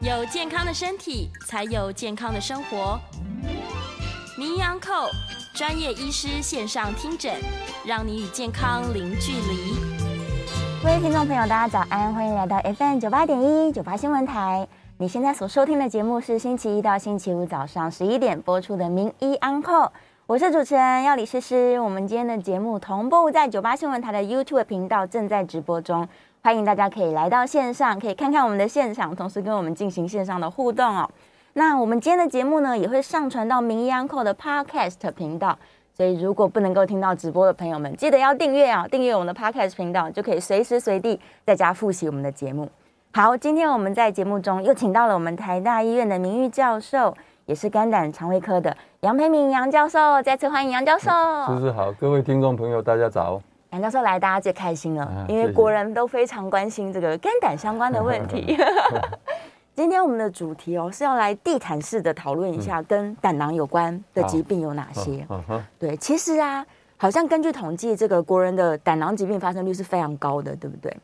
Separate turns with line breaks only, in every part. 有健康的身体，才有健康的生活。名扬寇专业医师线上听诊，让你与健康零距离。
各位听众朋友，大家早安，欢迎来到 FM 九八点一九八新闻台。你现在所收听的节目是星期一到星期五早上十一点播出的《名医安扣》，我是主持人要李诗诗。我们今天的节目同步在九八新闻台的 YouTube 频道正在直播中，欢迎大家可以来到线上，可以看看我们的现场，同时跟我们进行线上的互动哦。那我们今天的节目呢，也会上传到名医安扣的 Podcast 频道，所以如果不能够听到直播的朋友们，记得要订阅啊，订阅我们的 Podcast 频道，就可以随时随地在家复习我们的节目。好，今天我们在节目中又请到了我们台大医院的名誉教授，也是肝胆肠胃科的杨培明杨教授，再次欢迎杨教授。
思思好，各位听众朋友，大家早。
杨教授来，大家最开心了
啊，
因为
谢谢
国人都非常关心这个肝胆相关的问 题。今天我们的主题哦是要来地毯式的讨论一下跟胆囊有关的疾病有哪些。
嗯哼，
对，其实啊，好像根据统计，这个国人的胆囊疾病发生率是非常高的，对不对？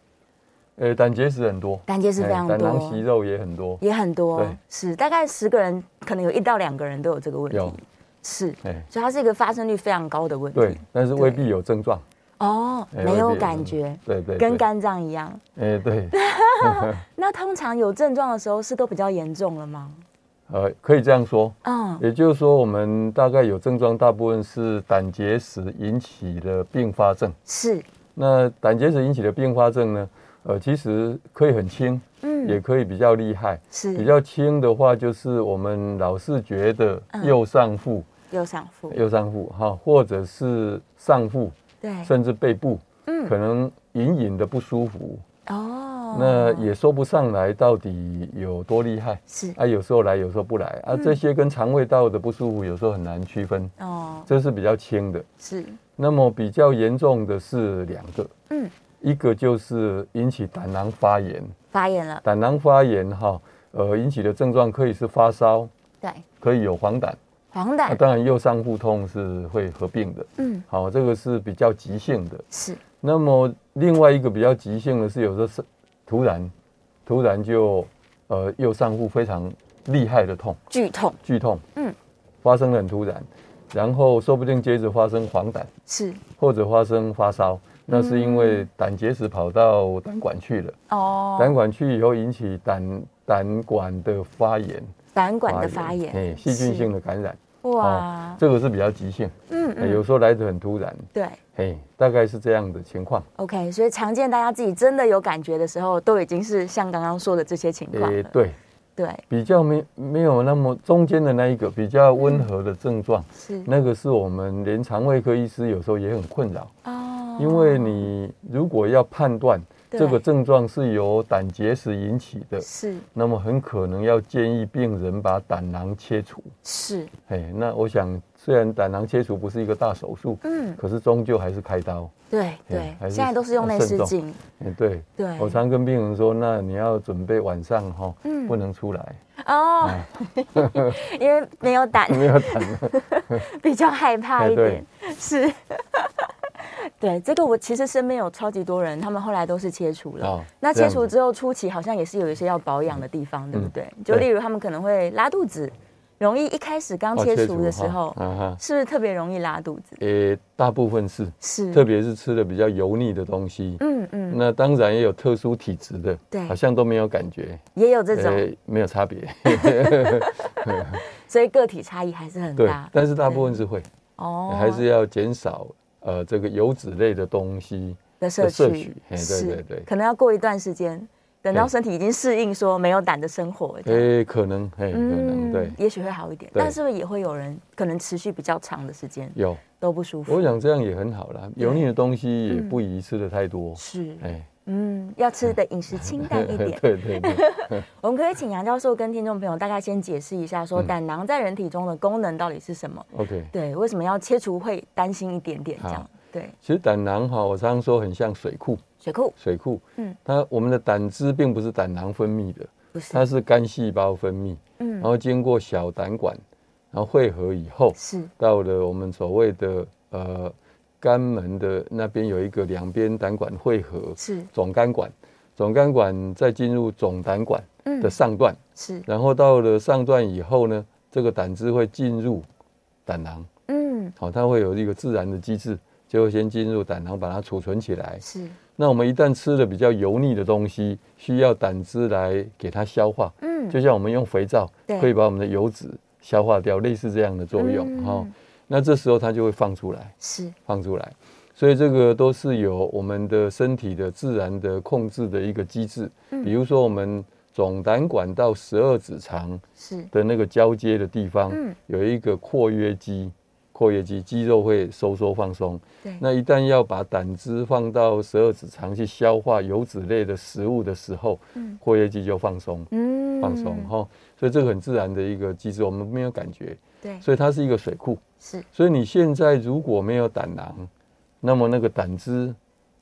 呃，胆结石很多，
胆结石非常
哎胆
多
囊息肉也很多，
也很多
对，
是大概十个人可能有一到两个人都有这个问
有
题，是，
哎，
所以它是一个发生率非常高的问题。
对，但是
对
未必有症状，
哦，
哎
没有
未必
感觉，
对对，对
跟，肝脏一样。
哎对，
那通常有症状的时候是都比较严重了吗？
呃，可以这样说，
嗯，
也就是说，我们大概有症状，大部分是胆结石引起的并发症。
是，
那胆结石引起的并发症呢，呃，其实可以很轻，也
嗯，
可以比较厉害。
是
比较轻的话，就是我们老是觉得
嗯
右上腹、
右上腹，
右上腹哈，或者是上腹，
对，
甚至背部，
哎嗯
可能隐隐的不舒服，
哦，
那也说不上来到底有多厉害
是，
啊。有时候来，有时候不来啊。
嗯
这些跟肠胃道的不舒服有时候很难区分，
哦，
这是比较轻的。
是，
那么比较严重的是两个，
嗯，
一个就是引起胆囊发炎，
发炎了，
胆囊发炎哈，呃，引起的症状可以是发烧，
对，
可以有黄疸，
黄
啊、
疸，
当然右上腹痛是会合并的。
嗯，
好，这个是比较急性的。
是，
那么另外一个比较急性的是，有时候是突然突然就呃右上腹非常厉害的痛，
剧痛，
剧痛，
嗯，
发生的很突然，然后说不定接着发生黄疸
是，
或者发生发烧，那是因为胆结石跑到胆管去了，
嗯哦，
胆管去以后引起胆胆管的发炎，
胆管的发炎，哦
哎，细菌性的感染，
是，哇，
这个是比较急性，
嗯
哎有
嗯，
时候来得很突然，
对
嘿，大概是这样的情况。
，OK，所以常见大家自己真的有感觉的时候，都已经是像刚刚说的这些情况
哎，
了，
对，
对，
比较没没有那么中间的那一个比较温和的症状，
是，
那个是我们连肠胃科医师有时候也很困扰，
哦
因为你如果要判断
对
这个症状是由胆结石引起的，
是
那么很可能要建议病人把胆囊切除。
是，
哎，那我想虽然胆囊切除不是一个大手术，
嗯，
可是终究还是开刀。
对对
哎，还是
现在都是用内视
要慎
镜，
哎，对。
对，
我常跟病人说，那你要准备晚上哈、
嗯
不能出来，
哦，因为没有胆，
没有胆，
比较害怕一点
哎对，
是。对，这个我其实身边有超级多人，他们后来都是切除了。
哦
那切
这样子嗯
除之后，初期好像也是有一些要保养的地方，对不对？就
对
例如他们可能会拉肚子，容易一开始刚
哦
切除的时
哈
候，
啊哈，
是不是特别容易拉肚子？
诶，大部分是，
是，
特别是吃的比较油腻的东西。
嗯嗯，
那当然也有特殊体质的，
对
好像都没有感觉，
也有这种，
诶没有差别，
所以个体差异还是很
对
大。。
但是大部分是会，
哦
还是要减少呃这个油脂类的东西。
的摄
摄
取
取，嘿对
是
对对
可能要过一段时间，等到
对
身体已经适应说没有胆的生活，这样嗯
诶，可能，诶，可能对，
也许会好一点。
对
但是不是也会有人可能持续比较长的时间？
有
都不舒服。
我想这样也很好啦，油腻的东西也
嗯
不宜吃的太多。
是，
哎，
嗯，要吃的饮食清淡一 点。
对对对，
我们可以请杨教授跟听众朋友大概先解释一下，说
嗯
胆囊在人体中的功能到底是什么？
OK。
对，为什么要切除会担心一点点这样
好？
对，
其实胆囊哈，我常常说很像水库，
水库
水库，
嗯
嗯，它我们的胆汁并不是胆囊分泌的，
不是，
它是哦肝细胞分泌，然
嗯，
后经过小胆管，然后汇合以后，
是，
到了我们所谓的呃肝门的那边有一个两边胆管汇合，
是，
总肝管，总肝管再进入总胆管
嗯
的，上段，
是，
然后到了上段以后呢，这个胆汁会进入胆囊，
嗯，
好、它会有一个自然的机制，就会先进入胆囊把它储存起来。
是，
那我们一旦吃了比较油腻的东西，需要胆汁来给它消化，
嗯，
就像我们用肥皂
对
可以把我们的油脂消化掉，类似这样的作用
嗯
哈、那这时候它就会放出来，
是，
放出来。所以这个都是有我们的身体的自然的控制的一个机制。
嗯
比如说我们总胆管到十二指肠
是，
的那个交接的地方，
嗯
有一个括约肌，括约肌肌肉会收缩放松。
对，
那一旦要把胆汁放到十二指肠去消化油脂类的食物的时候，
嗯
括约肌就放松，
嗯
放松哈、齁所以这个很自然的一个机制，我们没有感觉，
对，
所以它是一个水库。
是，
所以你现在如果没有胆囊，那么那个胆汁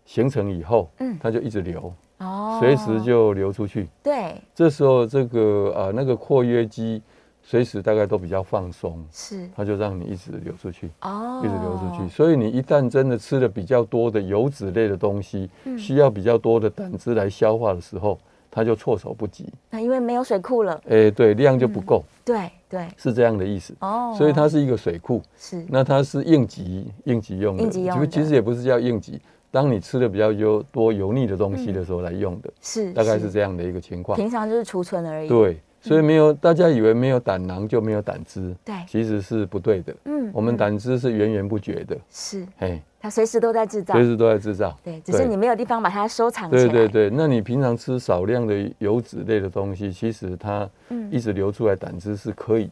形成以后，
嗯
它就一直流，
哦
随时就流出去。
对，
这时候这个呃那个括约肌随时大概都比较放松，
是，
它就让你一直流出去。
哦
一直流出去。，所以你一旦真的吃了比较多的油脂类的东西，
嗯
需要比较多的胆汁来消化的时候，它就措手不及。
那因为没有水库了，
哎、对，量就不够，
对对，
是这样的意思。
哦，
所以它是一个水库，
是
那它是应急应急用的，
应急用的
其实也不是叫应急。当你吃的比较油多油腻的东西的时候来用的，
是
大概是这样的一个情况。
平常嗯就是储存而已，
对，所以没有大家以为没有胆囊就没有胆汁，
对
其实是不对的。
嗯
我们
嗯
胆汁是源源不绝的，
是，
哎，
它随时都在制造，
随时都在制造。
对，只是你没有地方把它收藏起来，
对对对，那你平常吃少量的油脂类的东西，其实它
嗯
一直流出来胆汁是可以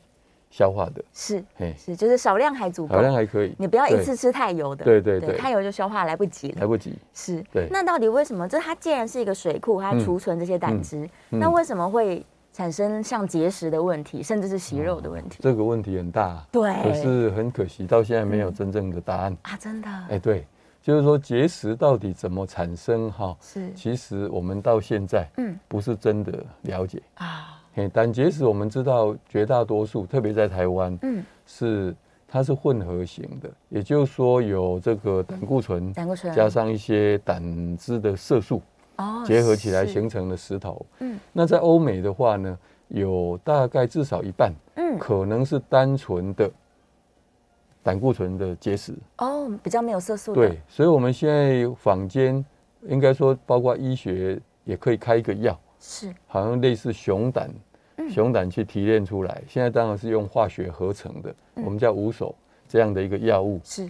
消化的，
是
嘿，
是，就是少量还足够
好，像还可以。
你不要一
对
次吃太油的，
对对对
太油就消化来不及
来
了。
不及，
是，
对
那到底为什么？这它既然是一个水库，它
嗯
储存这些胆汁，
嗯
那为什么会产生像结石的问题，甚至是息肉的问题？
这个问题很大，
对，嗯
可嗯是很可惜，到现在没有真正的答案。
啊，真的、
哎，对，就是说结石到底怎么产生哈？
是
其实我们到现在
嗯
不是真的了解。
啊，
嘿，胆结石我们知道绝大多数，特别在台湾
嗯，
是它是混合型的，也就是说有这个胆固醇
胆固醇
加上一些胆汁的色素
哦
结合起来
是
形成的石头。
嗯
那在欧美的话呢，有大概至少一半
嗯
可能是单纯的胆固醇的结石。
哦，比较没有色素的，
对，所以我们现在坊间应该说，包括医学也可以开一个药，
是
好像类似熊胆，
嗯
熊胆去提炼出来。现在当然是用化学合成的，
嗯
我们叫五手这样的一个药物。
是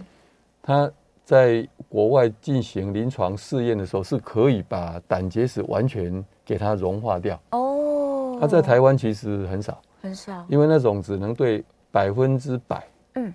它在国外进行临床试验的时候，是可以把胆结石完全给它融化掉。
哦，
它啊在台湾其实很少，
很少，
因为那种只能对百分之百，
嗯，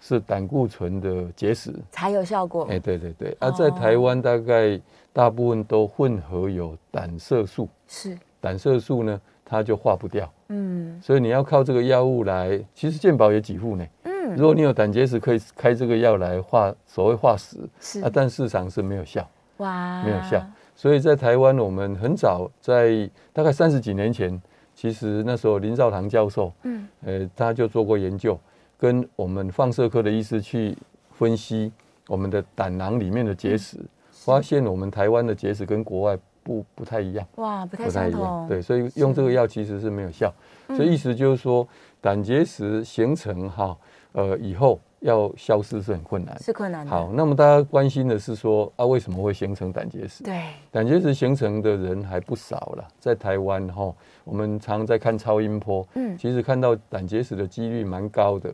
是胆固醇的结石。
才有效果，
哎，对对对，啊，
哦
在台湾大概大部分都混合有胆色素，
是
胆色素呢它就化不掉，
嗯
所以你要靠这个药物来，其实健保也给付呢。
嗯
如果你有胆结石，可以开这个药来化所谓化石，
是
啊，但市场是没有效。
哇
没有效。所以在台湾，我们很早在大概三十几年前，其实那时候林兆堂教授，
嗯
呃，他就做过研究，跟我们放射科的医师去分析我们的胆囊里面的结石，
嗯
发现我们台湾的结石跟国外不不太一样，
哇，不太相同，
对，所以用这个药其实是没有效。所以意思就是说，胆结石形成哈，呃，以后要消失是很困难。
是困难的，
好，那么大家关心的是说啊，为什么会形成胆结石？
对，
胆结石形成的人还不少了，在台湾哈，我们常在看超音波，
嗯
其实看到胆结石的几率蛮高的。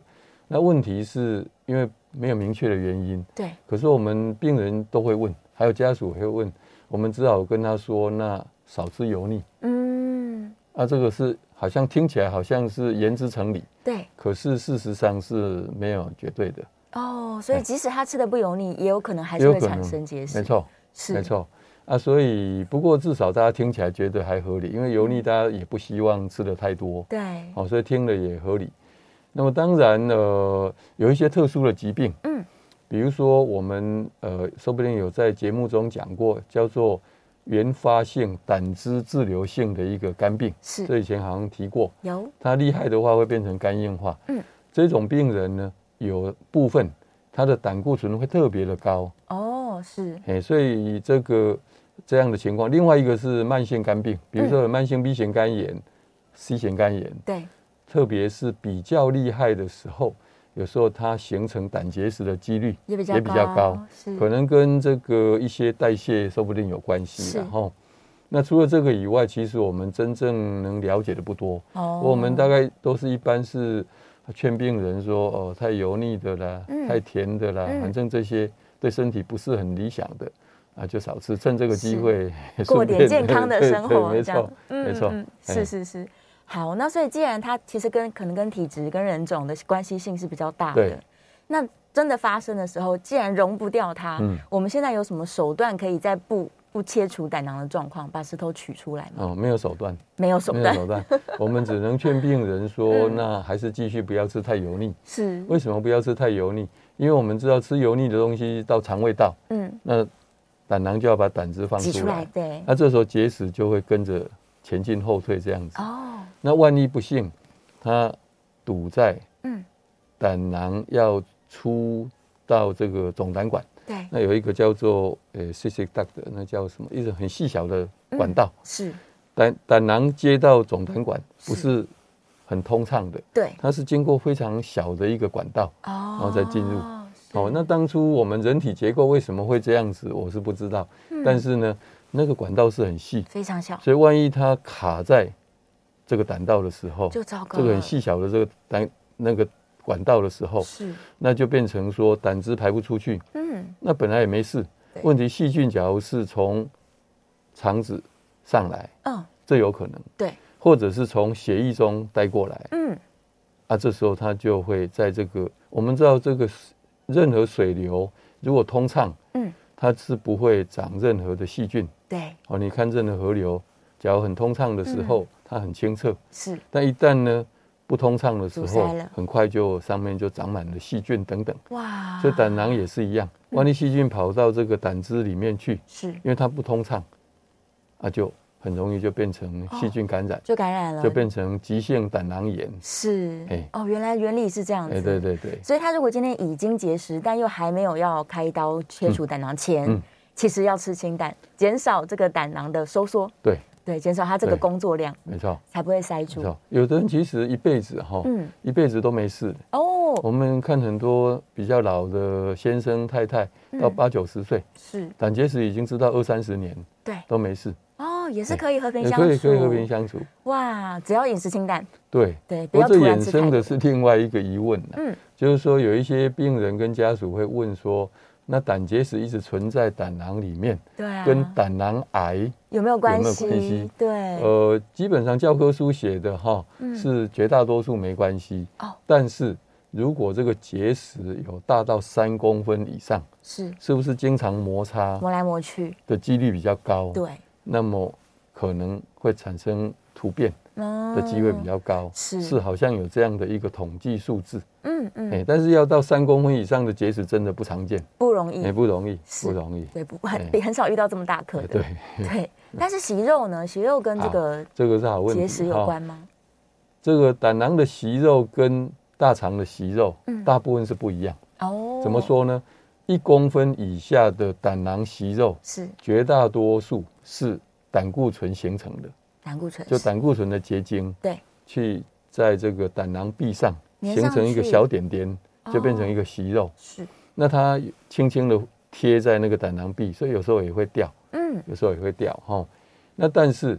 那问题是因为没有明确的原因，
对，
可是我们病人都会问，还有家属会问，我们只好跟他说，那少吃油腻
嗯
啊，这个是好像听起来好像是言之成理，
对，
可是事实上是没有绝对的，
哦，所以即使他吃的不油腻，也有可能还
哎也
是
有
会
可
产
能
生结石。
没，错，
是
没。错啊。所以不过至少大家听起来觉得还合理，因为油腻大家也不希望吃的太多，
嗯对，
哦，所以听了也合理。那么当然呃，有一些特殊的疾病，
嗯，
比如说我们呃，说不定有在节目中讲过，叫做原发性胆汁滞留性的一个肝病，
是
这以前好像提过。
有，
它厉害的话会变成肝硬化，
嗯，
这种病人呢，有部分他的胆固醇会特别的高，
哦，是，
哎，所以这个这样的情况，另外一个是慢性肝病，比如说有慢性 B 型肝炎、C 型肝炎，
对，
特别是比较厉害的时候，有时候它形成胆结石的几率
也比较嗯
高，
是，
可能跟这个一些代谢说不定有关系。
是
然后，那除了这个以外，其实我们真正能了解的不多。
哦
我们大概都是一般是呃劝病人说，哦，太油腻的啦，
嗯
太甜的啦，
嗯
反正这些对身体不是很理想的。啊，就少吃，趁这个机会
过
顺
点
便
健康的
对
生
对
活，
没
这样
错，，没错
嗯，
哎
是是是。好，那所以既然它其实跟可能跟体质、跟人种的关系性是比较大的
对，
那真的发生的时候，既然溶不掉它，
嗯
我们现在有什么手段可以在不不切除胆囊的状况把石头取出来吗？
哦，没有手段，
没有手
没有
段，嗯
手 段，我们只能劝病人说，那还是继续不要吃太油腻。
是，
为什么不要吃太油腻？因为我们知道吃油腻的东西到肠胃道，
嗯，
那胆囊就要把胆汁放
挤
出
出
来啊
来，，对，
那这时候结石就会跟着前进后退这样子。
哦，
那万一不幸，它堵在
嗯，
胆囊要出到这个总胆管，
对，
那有一个叫做呃 c c duct，的那叫什么？一种很细小的管道，
是，
胆胆囊接到总胆管
嗯
不
是
是很通畅的，
对，
它是经过非常小的一个管道。
哦，然
后再进入哦，
是
那当初我们人体结构为什么会这样子，我是不知道。
嗯
但是呢，那个管道是很细，
非常小，
所以万一它卡在这个胆道的时候，
就糟糕
这个
了
很细小的这个胆那个管道的时候，
是，
那就变成说胆汁排不出去，
嗯，
那本来也没事
对。
问题细菌假如是从肠子上来，
嗯，
这有可能，
对，
或者是从血液中带过来，
嗯，
啊，这时候它就会在这个我们知道这个水任何水流如果通畅，
嗯，
它是不会长任何的细菌。
对，
哦，你看任何河流，假如很通畅的时
嗯
候，它很清澈，
是，
但一旦呢不通畅的时
阻塞
候
了，
很快就上面就长满了细菌等等。
哇，
所以胆囊也是一样，万一细菌跑到这个胆汁里面去，
是
因为它不通畅，啊，就很容易就变成
哦
细菌感染，
就感染了，
就变成急性胆囊炎。
是，
哎
哦，原来原理是这样子。
哎，对。对对，
所以他如果今天已经结石，但又还没有要开刀切除胆囊前，
嗯
其实要吃清淡，减少这个胆囊的收缩，
对，
对，减少他这个
对
工作量，
没错。
才不会塞住
没。错，有的人其实一辈子哈，
嗯
一辈子都没事的。
哦，
我们看很多比较老的先生太太，到
嗯
八九十岁，
是，
胆结石已经知道二三十年
对，
都没事，
哦，也是
哎
可以和平
也
相
可以
处，
可以和平相处。
哇，只要饮食清淡，
对，
对，不
不
要
过这
突然
衍
吃太
生
多
的，是另外一个疑问了，
嗯，
就是说有一些病人跟家属会问说，那胆结石一直存在胆囊里面，
对啊，
跟胆囊癌，
有没有关
有没有
系？
关系
对，
呃，基本上教科书写的哈，
嗯
是绝大多数没关系
哦，
但是如果这个结石有大到三公分以上，
是
是不是经常摩擦
磨来磨去，
的几率比较高？
对，
那么可能会产生突变
嗯
的机会比，较高，
是
好像有这样的一个统计数字，
嗯
哎、
嗯，
但是要到三公分以上的结石真的不常见，
不容易
也、，不容易，
嗯是
不容易，
对，不很
哎
很少遇到这么大颗
哎
的，
对，
对，但是息肉呢？息肉跟这个
这个是好问题。
结石有
哈
关吗？
这个胆囊的息肉跟大肠的息肉，
嗯
大部分是不一样。
哦，
怎么？说呢？一公分以下的胆囊息肉，
是
绝大多数是胆固醇形成的，
胆固醇，
就胆固醇的结晶
对
去在这个胆囊壁上
粘上
形成一个
去
小点点，就变成
哦
一个息肉。
是，
那它轻轻的贴在那个胆囊壁，所以有时候也会掉，
嗯，
有时候也会掉哈。那但是，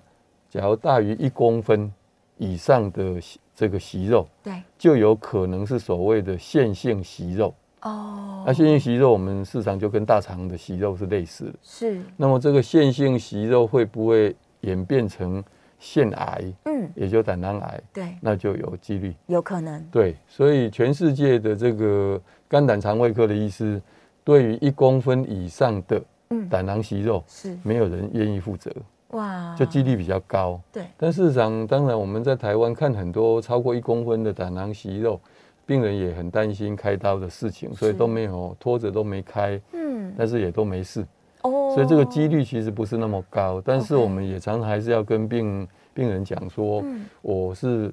假如大于一公分以上的息这个息肉，
对，
就有可能是所谓的线性息肉。
哦，
那线性息肉，我们市场就跟大肠的息肉是类似的。
是
那么这个线性息肉会不会演变成腺癌，
嗯，
也就胆囊癌，
对，
那就有几率。
有可能，
对，所以全世界的这个肝胆肠胃科的医师，对于一公分以上的
嗯，
胆囊息肉，
是
没有人愿意负责，
哇，
就几率比较高。
对，
但事实上，当然我们在台湾看很多超过一公分的胆囊息肉，病人也很担心开刀的事情，所以
是
都没有拖着都没开，
嗯，
但是也都没事，
哦，
所以这个几率其实不是那么高。但是
OK
我们也常常还是要跟病病人讲说，
嗯
我是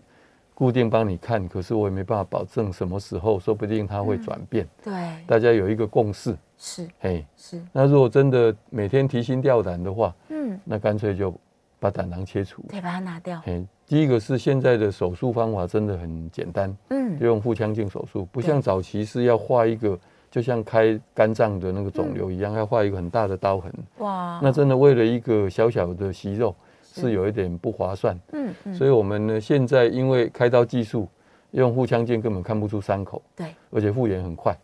固定帮你看，可是我也没办法保证什么时候，说不定它
嗯
会转变。
对，
大家有一个共识，
是
嘿，
是，
那如果真的每天提心吊胆的话，
嗯，
那干脆就把胆囊切除。
对，把它拿掉，
嘿，第一个是现在的手术方法真的很简单，
嗯
就，用腹腔镜手术，不
对
像早期是要画一个，就像开肝脏的那个肿
嗯
瘤一样，要画一个很大的刀痕。
哇，
那真的为了一个小小的息肉，
啊是
是有一点不划算。
嗯嗯，
所以我们呢，现在因为开刀技术，用腹腔镜根本看不出伤口，
对，
而且复原很快。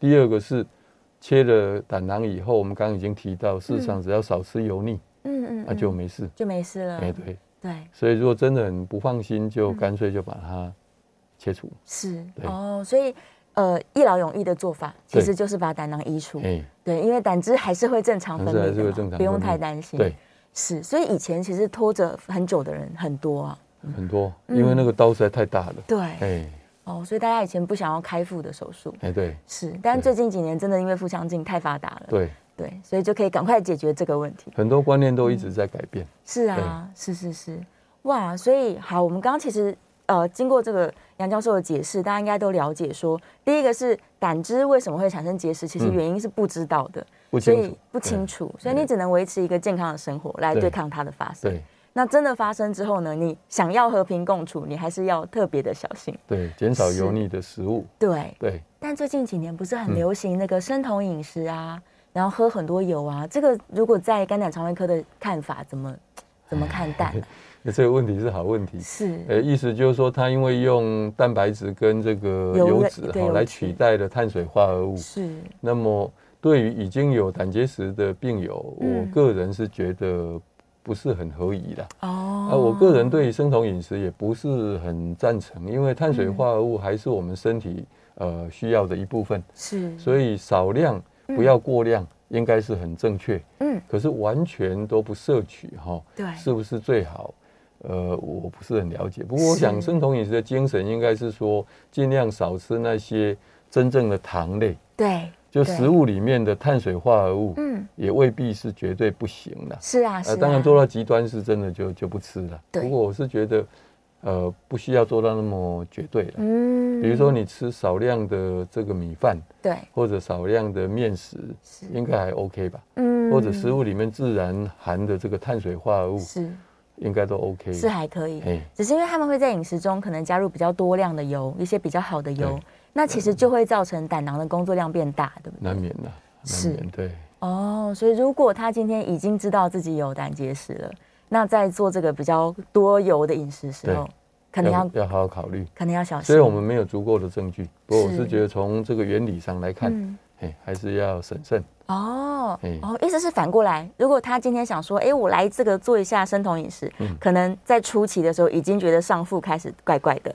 第二个是切了胆囊以后，我们刚刚已经提到，市场只要少吃油腻，
嗯嗯嗯，
那就
嗯
没事。
就没事了，
哎，对。
对，
所以如果真的很不放心，就
嗯
干脆就把它切除。
是
对
哦，所以呃，一劳永逸的做法其
对
实就是把胆囊移除，
哎，
对，因为胆汁还是会正常
胆
分
汁还
泌
是
的
会
嘛
正常
不用
分
太
泌
担心，
对，，
是，所以以前其实拖着很久的人很多啊，
很多，因为那个刀实在太大了。
对，
哎，
哦，所以大家以前不想要开腹的手术。
哎，对，
是，但
对
最近几年真的因为腹腔镜太发达了，
对，
对，所以就可以赶快解决这个问题。
很多观念都一直在改变。
是啊，是是是，哇，所以好，我们刚刚其实呃，经过这个杨教授的解释，大家应该都了解说，第一个是胆汁为什么会产生结石，其实
嗯
原因是不知道的，
不
所
清
以
楚，
不清
楚。
楚，所以你只能维持一个健康的生活来
对
对抗它的发生。
对
那真的发生之后呢，你想要和平共处，你还是要特别的小心。
对，减少
是
油腻的食物。
对，
对，
但最近几年不是很
嗯
流行那个生酮饮食啊，然后喝很多油啊，这个如果在肝胆肠胃科的看法怎么怎么看 待呢？
那这个问题是好问题。
是，
呃，意思就是说，它因为用蛋白质跟这个
油
油
类
脂
对
好
油
来
脂
取代了碳水化合物，
是，
那么对于已经有胆结石的病友，我
嗯
个人是觉得不是很合宜的。
哦
啊，我个人对于生酮饮食也不是很赞成，因为碳
嗯
水化合物还是我们身体呃需要的一部分，
是，以
所以少量不要过量，应该是很正确。
嗯，哎
可是完全都不摄取哈，
对
是不是最好？呃，我不是很了解。不过我想
是
生酮饮食的精神应该是说，尽量少吃那些真正的糖类，
对，
就
对
食物里面的碳水化合物，
嗯，
也未必是绝对不行的。
是啊，是
呃，
啊，
当然做到极端是真的就就不吃了。
对
不过我是觉得，呃，不需要做到那么绝对了。
嗯
比如说你吃少量的这个米饭
对，
或者少量的面食，
是
应该还 OK 吧？
嗯
或者食物里面自然含的这个碳水化合物，
是
应该都 OK。哎
是还可以，
嘿
只是因为他们会在饮食中可能加入比较多量的油，一些比较好的油
对，
那其实就会造成胆囊的工作量变大，对不对？
难免啦，难
是
免对。
哦，所以如果他今天已经知道自己有胆结石了，那在做这个比较多油的饮食时候
对，
可能要
要好好考虑。
可能要小心。
虽然我们没有足够的证据，不过我
是
是觉得从这个原理上来看，
嗯
嘿，还是要审慎。
哦
嘿
哦，意思是反过来，如果他今天想说，哎，我来这个做一下生酮饮食，
嗯
可能在初期的时候已经觉得上腹开始怪怪的，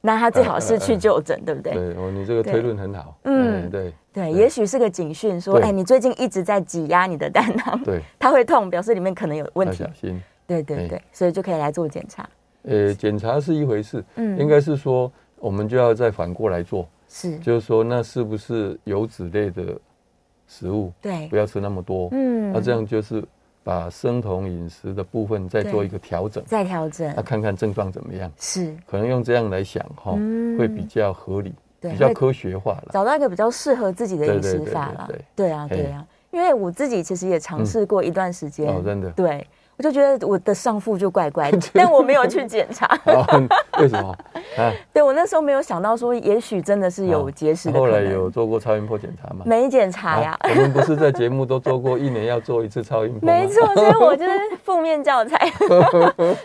那他最好是去就诊， 对不对？
对，哦，你这个
对
推论很好。
嗯
嗯，对
对，
对
也许是个警讯，说，
对
哎，你最近一直在挤压你的胆 囊，
对，
它会痛，表示里面可能有问
要
题
小。心。
对对
哎
对，所以就可以来做检查。
呃，检查是一回事，
嗯
应该是说我们就要再反过来做，
是，
就是说那是不是油脂类的食物
对
不，要吃那么多，
嗯
那这样啊就是把生酮饮食的部分再做一个调整，
再调整
那。看看症状怎么样，
是
可能用这样来想哈
嗯，
会比较合理，
对
比较
会
科学化 了。
找到一个比较适合自己的
对
饮
对
食
对
法
对
啦
对。
对啊，
嘿
对啊，因为我自己其实也尝试过一段时间，
哦真的
对我就觉得我的上腹就怪 怪的，但我没有去检查。
啊，为什么啊？
对我那时候没有想到说，也许真的 是有
啊
结石的
后
可
来
能
有做过超音波检查吗？
没检查呀
啊。我们不是在节目都做过，一年要做一次超音波吗？
没错，所以 我就是负面教材，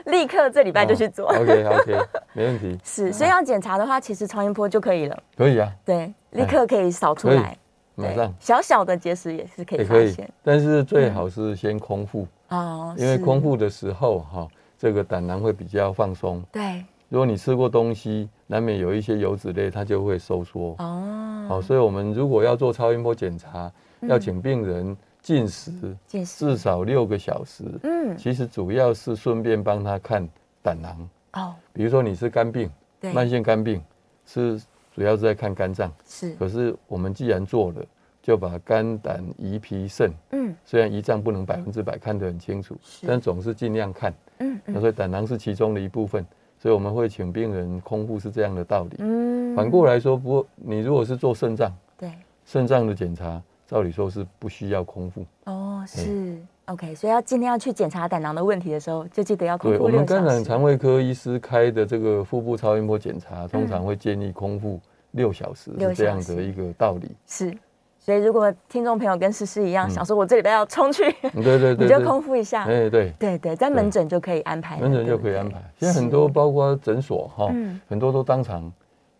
立刻这礼拜就去做。
哦 OK OK，没问题，
是，所以要检查的话，其实超音波就可以了。
可以啊，
对，立刻可以扫出
可以
来。
马
对
上
小小的结石也是可以
也
发
可以
现。嗯
但是最好是先空腹，
哦，
因为
是
空腹的时候哈，这个胆囊会比较放松。
对，
如果你吃过东西，难免有一些油脂类，它就会收缩。
哦，
好，所以我们如果要做超音波检查，
嗯
要请病人禁食
近视，
至少六个小时。
嗯，
其实主要是顺便帮他看胆囊，
哦，
比如说你是肝病，
对，
慢性肝病是主要是在看肝脏，
是，
可是我们既然做了，就把肝、胆、胰、脾、肾，
嗯
虽然胰脏不能百分之百看得很清楚，
是
但总是尽量看。
嗯嗯
那所以胆囊是其中的一部分，所以我们会请病人空腹是这样的道理。
嗯
反过来说，不过你如果是做肾脏，
对，
肾脏的检查，照理说是不需要空腹。
哦，
嗯
是，OK，所以要今天要去检查胆囊的问题的时候，就记得要空
对，
腹
我们
六
肝
小
胆
时。
肠胃科医师开的这个腹部超音波检查，通常会建议空腹六小时，
嗯六
是这样
小时
的一个道理。
是，所以如果听众朋友跟诗诗一样，想说我这礼拜要冲去，
嗯对对
你
对
就
对，
空腹一啊下。
哎对，
对对，在门诊就可以安排了，
门诊
对
就
不
可以
对
安排。现在很多
哦是
包括诊所哈
嗯，
很多都当场。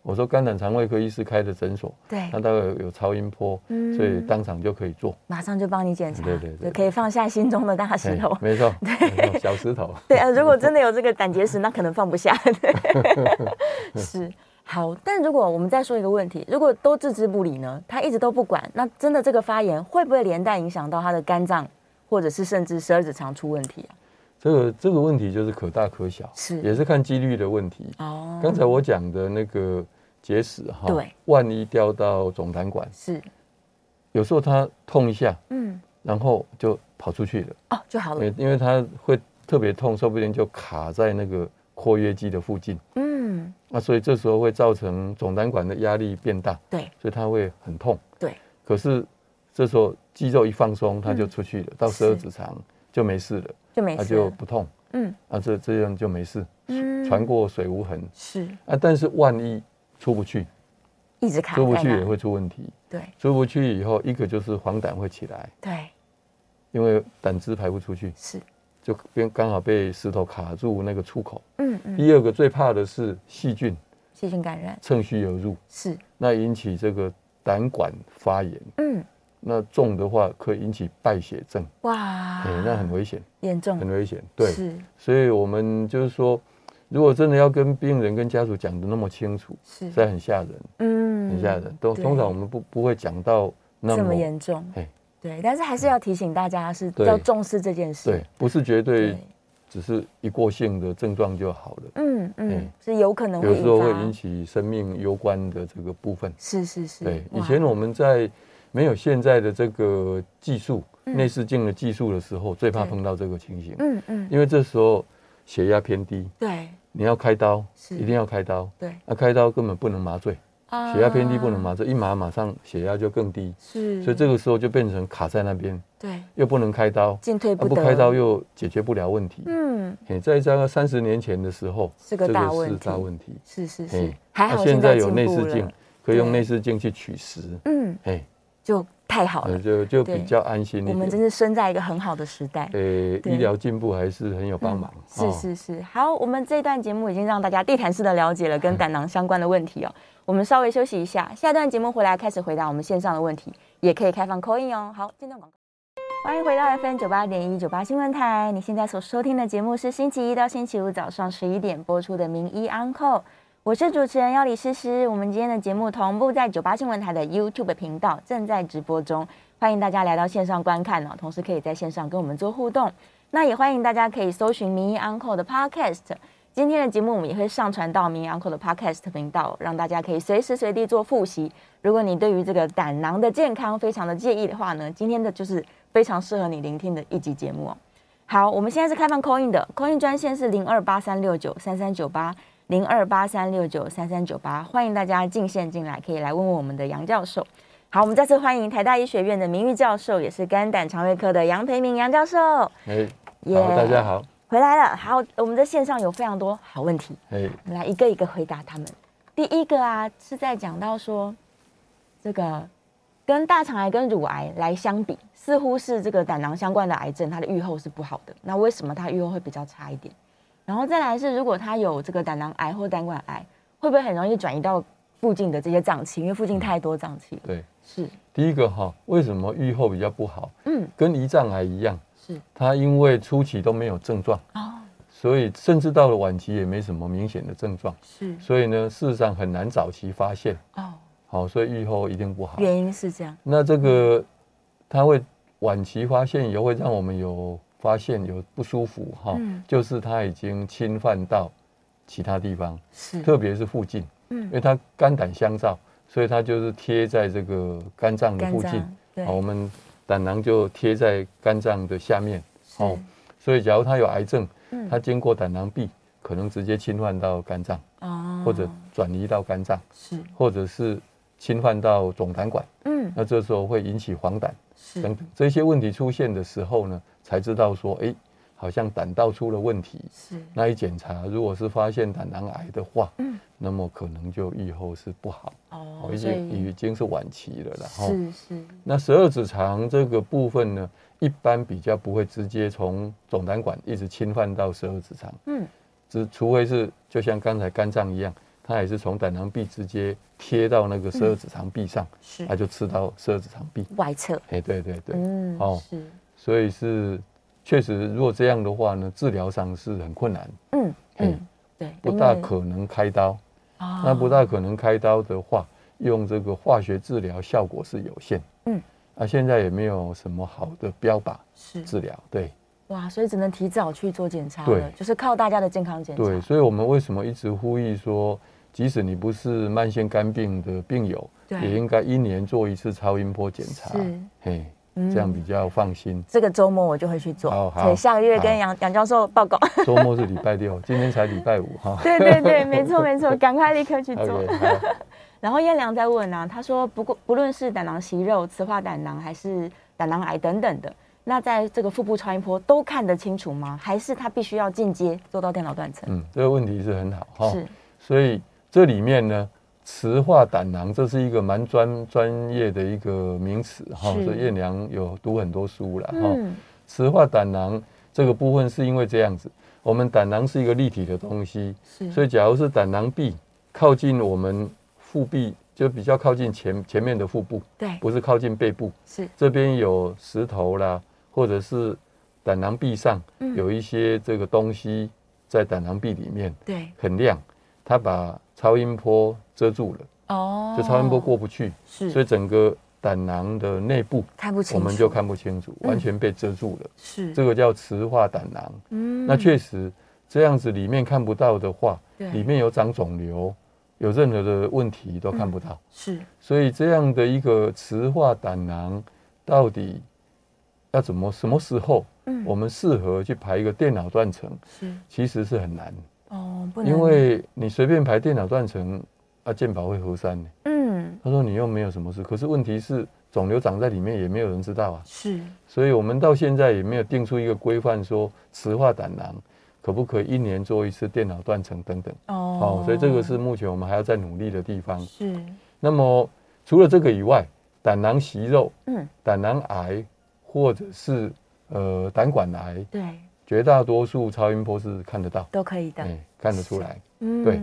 我说肝胆肠胃科医师开的诊所，
对
它大概有有超音波，
哎嗯
所以当场就可以做。
马上就帮你检查，
对对对
就可以放下心中的大石
哎
头。
没错，没错小石头。
哦 对啊，如果真的有这个胆结石，那可能放不下。 是好，但如果我们再说一个问题，如果都置之不理呢，他一直都不管，那真的这个发炎会不会连带影响到他的肝脏，或者是甚至十二指肠出问题啊？
这个这个问题就是可大可小，
是
也是看几率的问题。
哦，
刚才我讲的那个结石哈，
对，
万一掉到总胆管，
是，
有时候它痛一下，
嗯，
然后就跑出去了，
哦，就好了
因为，因为它会特别痛，说不定就卡在那个括约肌的附近，
嗯，
那所以这时候会造成总胆管的压力变大，
对
所以它会很痛。
对，嗯
可是这时候肌肉一放松，它就出去了，到十二
是
指肠就没事了，
就没
它
事
就
了，
不痛，
嗯
啊，这这样就没事，
嗯
船过水无痕
是
啊。但是万一出不去，
一直啊卡在
出不
那，
去也会出问题。
对
出不去以后，一个就是黄疸会起来，
对
因为胆汁排不出去，
是，
就边刚好被石头卡住那个出口。
嗯嗯，
第二个最怕的是细菌
细菌感染
趁虚而入，
是，
那引起这个胆管发炎，
嗯，
那重的话可以引起败血症，
哇，
哎、那很危险，
严重
很，危险。对，
啊嗯是
所以我们就是说，如果真的要跟病人跟家属讲的那么清楚，
是
实，在很吓人，
嗯
很吓人。都
对
通常我们不不会讲到那
这么
么
严重
哎。
对，但是还是要提醒大家是
对
要重视这件事。
对，不是绝对只是一过性的症状就好了。
嗯嗯
哎，
是有可能
有
会
时候会
发
引起生命攸关的这个部分。
是是是，
对，以
哇
前我们在没有现在的这个技术，内视镜的技术的时候，最怕
嗯对
碰到这个情形，
嗯嗯，
因为这时候血压偏低，
对
你要开刀，
是
一定要开刀。
对，
那开刀根本不能麻醉，
啊
血压偏低不能麻醉，一麻马上血压就更低，
是，
所以这个时候就变成卡在那边，
对
又不能开刀，
进退
啊不
得，
开刀又解决不了问题。
嗯
嘿，在这个三十年前的时候，
是个大问
是
题
大问题。
是是是
嘿，
还
那
好
现
在
在有
进
内
步
视
了
镜，，可以用
对
内视镜去取石，
嗯，
哎，
就太好
呃
了，
就就
对
比较安心
我
一
们真
点。
是生在一个很好的时代。
呃，
对
医疗进步还是很有帮忙。
嗯是
哦，
是是，好，我们这一段节目已经让大家地毯式的了解了
嗯
跟胆囊相关的问题哦。我们稍微休息一下，下段节目回来开始回答我们线上的问题，也可以开放 call in 哦。好，间段广告。欢迎回到 FM 九八点一九八新闻台，你现在所收听的节目是星期一到星期五早上十一点播出的《名医 Uncle》，我是主持人要李诗诗。我们今天的节目同步在九八新闻台的 YouTube 频道正在直播中，欢迎大家来到线上观看哦，同时可以在线上跟我们做互动。那也欢迎大家可以搜寻《名医 Uncle》的 Podcast。今天的节目我们也会上传到《名医 Uncle》的 Podcast 频道，让大家可以随时随地做复习。如果你对于这个胆囊的健康非常的介意的话呢，今天的就是非常适合你聆听的一集节目哦。好，我们现在是开放 call in 的，call in 专线是零二八三六九三三九八零二八三六九三三九八，欢迎大家进线进来，可以来问问我们的杨教授。好，我们再次欢迎台大医学院的名誉教授，也是肝胆肠胃科的杨培明杨教授。
哎，
耶
好，大家好，
回来了。好，我们在线上有非常多好问题，
哎，
我们来一个一个回答他们。第一个啊，是在讲到说，这个跟大肠癌跟乳癌来相比，似乎是这个胆囊相关的癌症，它的预后是不好的。那为什么它预后会比较差一点？然后再来是，如果他有这个胆囊癌或胆管癌，会不会很容易转移到附近的这些脏器？因为附近太多脏器了。
对，
是，
第一个哈，为什么预后比较不好？
嗯，
跟胰脏癌一样，
是
它因为初期都没有症状，
哦，
所以甚至到了晚期也没什么明显的症状，
是
所以呢，事实上很难早期发现，
哦，
好、所以预后一定不好。
原因是这样，
那这个它会晚期发现，也会让我们有发现有不舒服哈、
嗯
就是它已经侵犯到其他地方，
是
特别是附近，因
嗯，
为它肝胆相照，所以它就是贴在这个肝脏的附近。哦
对
好，我们胆囊就贴在肝脏的下面，哦
是
所以假如它有癌症，
嗯
它经过胆囊壁，可能直接侵犯到肝脏，
哦
或者转移到肝脏，
是
或者是侵犯到总胆管，
嗯
那这时候会引起黄疸。
是
等等这些问题出现的时候呢，才知道说，哎，好像胆道出了问题。
是
那一检查，如果是发现胆囊癌的话，
嗯
那么可能就预后是不好，
哦
已
所
经
以
已经是晚期了啦。然后，
是是
那十二指肠这个部分呢，一般比较不会直接从总胆管一直侵犯到十二指肠，
嗯
只除非是就像刚才肝脏一样，它也是从胆囊壁直接贴到那个十二指肠壁上，
是
它就吃到十二指肠壁。
外侧
哎，对啊对对，
嗯
哦
是
所以是确实，如果这样的话呢，治疗上是很困难，
嗯
嘿
嗯对哦啊
不大可能开刀。那
那
不大可能开刀的话，用这个化学治疗效果是有限。
嗯，
啊，现在也没有什么好的标靶
是
治疗。对
哇，所以只能提早去做检查
对
了，就是靠大家的健康检查。
对，所以我们为什么一直呼吁说，即使你不是慢性肝病的病友，
对
也应该一年做一次超音波检查
是。
嘿，
嗯。
这样比较放心
这个周末我就会去做，
好好
对，下个月跟
好
杨杨教授报告。
周末是礼拜六，今天才礼拜五哈。
对对对，没错没 错，赶快立刻去做。
OK，好。
然后燕良在问啊，他说不过不论是胆囊息肉、磁化胆囊还是胆囊癌等等的，那在这个腹部超音波都看得清楚吗？还是他必须要进阶做到电脑断层？
嗯，这个问题是很好哈。
是
所以这里面呢，磁化胆囊这是一个蛮专专业的一个名词哈，
是
所以燕良有读很多书了哈。
嗯
磁化胆囊这个部分是因为这样子，我们胆囊是一个立体的东西，
是，
所
以
以假如是胆囊壁靠近我们腹壁，就比较靠近前前面的腹部，
对
不是靠近背部，
是
这边有石头啦，或者是胆囊壁上
嗯
有一些这个东西在胆囊壁里面。
对
很亮，它把超音波遮住了，
哦，
就超音波过不去，
是，
所以整个胆囊的内部
看不清
我
楚，
们就看不清楚，
嗯
完全被遮住了。
是
这个叫磁化胆囊。
嗯
那确实这样子里面看不到的话，
对
里面有长肿瘤，有任何的问题都看不到。
是
所以这样的一个磁化胆囊到底要怎么什么时候
嗯
我们适合去排一个电脑断层，
是
其实是很难。
哦，不能
因为你随便排电脑断层，啊，健保会核删呢。
嗯
他说你又没有什么事，可是问题是肿瘤长在里面也没有人知道啊，
是
所以我们到现在也没有定出一个规范说磁化胆囊可不可以一年做一次电脑断层等等。
哦
哦，所以这个是目前我们还要再努力的地方。
是
那么除了这个以外，胆囊息肉、
嗯
胆囊癌或者是呃胆管癌，
对
绝大多数超音波是看得到，
都可以的。
哎，看得出来。
嗯
对，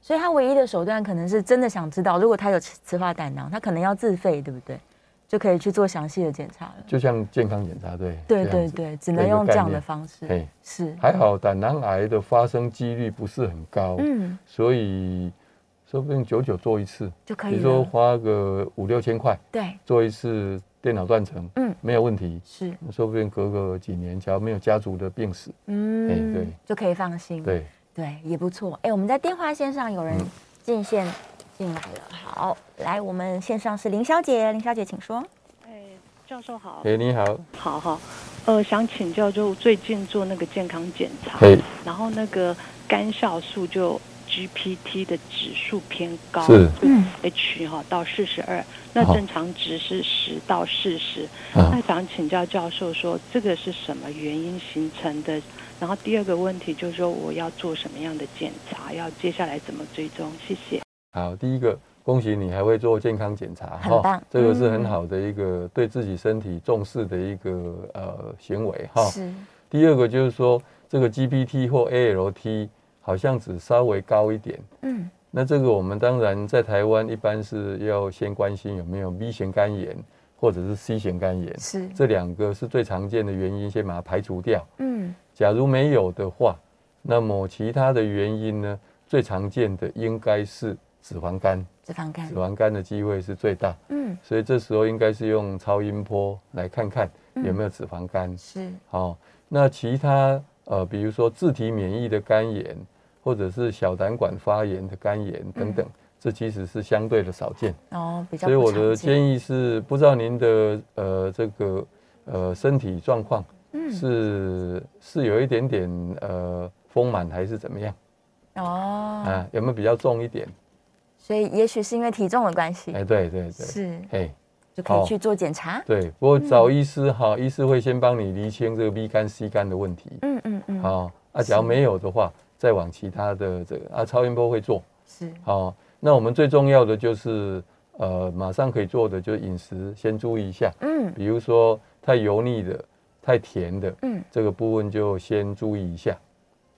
所以他唯一的手段可能是真的想知道，如果他有磁磁化胆囊，他可能要自费，对不对？就可以去做详细的检查了。
就像健康检查队这
对
样子，
对对，只能用这样的方
这
式
个概念。。
是
嘿，，还好胆囊癌的发生几率不是很高，
嗯，
所以说不定久久做一次，
就可
比
以啊
如说
了。
花个五六千块
对，
做一次电脑断层，
嗯，
没有问题。
是，
说不定隔个几年，只要没有家族的病史，
嗯，
哎对，
就可以放心。
对，
对，也不错。哎，我们在电话线上有人
嗯
进线进来了。好，来，我们线上是林小姐，林小姐请说。
哎，教授
哦
好，
哎，你好，
好好，呃，想请教，就最近做那个健康检查，
嘿，
然后那个肝酵素就 GPT 的指数偏高，
是
就
嗯
，H 哈到四十二，那
好
正常值是十到四十，
啊
那想请教教授说，这个是什么原因形成的？然后第二个问题就是说，我要做什么样的检查？要接下来怎么追踪？谢谢。
好，第一个。恭喜你还会做健康检查，
很棒嗯
这个是很好的一个对自己身体重视的一个呃行为哈。
是，
第二个就是说，这个 GPT 或 ALT 好像只稍微高一点。
嗯，
那这个我们当然在台湾一般是要先关心有没有 B 型肝炎或者是 C 型肝炎，
是，
这两个是最常见的原因，先把它排除掉。
嗯，
假如没有的话，那么其他的原因呢，最常见的应该是脂肪肝，
脂肪肝
脂，肪肝的机会是最大，
嗯，
所以这时候应该是用超音波来看看有
嗯
没有脂肪肝。
是，
好、那其他呃，比如说自体免疫的肝炎，或者是小胆管发炎的肝炎等等，这其实是相对的少见。
哦，嗯比较
所以我
不常
的
见
建议是，不知道您的呃这个呃身体状况
嗯，
是是有一点点呃丰满还是怎么样
哦，
啊？有没有比较重一点？
所以也许是因为体重的关系，
哎，对对对，
是
哎，
就可以
好
去做检查，
对。不过找医师哈，医师会先帮你厘清这个 B 肝、C 肝的问题。
嗯嗯嗯，
好，啊，假如没有的话，再往其他的这个啊超音波会做。
是，
好，那我们最重要的就是呃马上可以做的就是饮食先注意一下，
嗯
比如说太油腻的、太甜的，
嗯，
这个部分就先注意一下。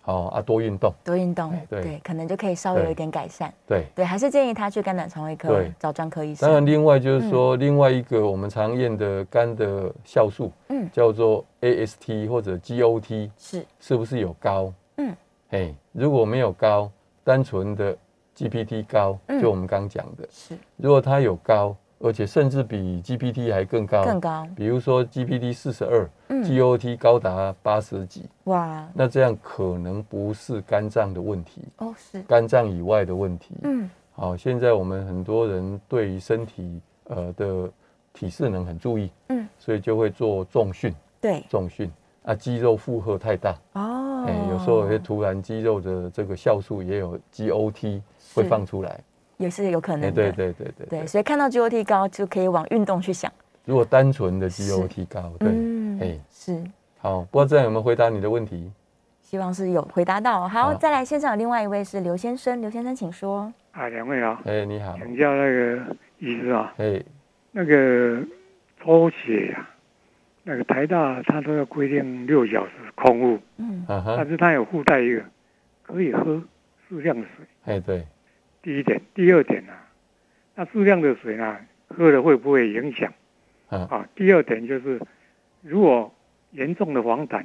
好啊，多运动。
多运动
哎，对
对，可能就可以稍微有一点改善，
对，
对，还是建议他去肝胆肠胃科
对
找专科医
当然
生，
另外就是说另外一个我们常验的肝的酵素，
嗯
叫做 AST 或者 GOT，
是，
是不是有高？
嗯，
哎，如果没有高，单纯的 GPT 高，
嗯
就我们刚讲的，
是
如果它有高，而且甚至比 GPT 还更高，
更高，
比如说 GPT 四十二
嗯
，GOT 高达八十几，
哇，
那这样可能不是肝脏的问题，
哦是，
肝脏以外的问题。
嗯
好，现在我们很多人对于身体呃的体适能很注意，
嗯，
所以就会做重训，
对，
重训啊，肌肉负荷太大，
哦
哎、，有时候会突然肌肉的这个酵素也有 GOT 会放出来，
也是有可
哎、
能的，
对对对对
对，所以看到 GOT 高就可以往运动去想，
如果单纯的
嗯
GOT 高，对，哎、
是。
好，不知道这样有没有回答你的问题？
希望是有回答到。好，
好
再来，现场有另外一位是刘先生，刘先生请说。
啊，两位啊，
哎、你好，
请教那个医师啊，
哎、
那个抽血呀、那个台大他都要规定六小时空腹，
嗯，
啊哈
但，是他有附带一个可以喝适量的水。
哎、对，
第一点，第二点啊，那适量的水啊，喝了会不会影响
啊，
啊？第二点就是，如果严重的黄疸，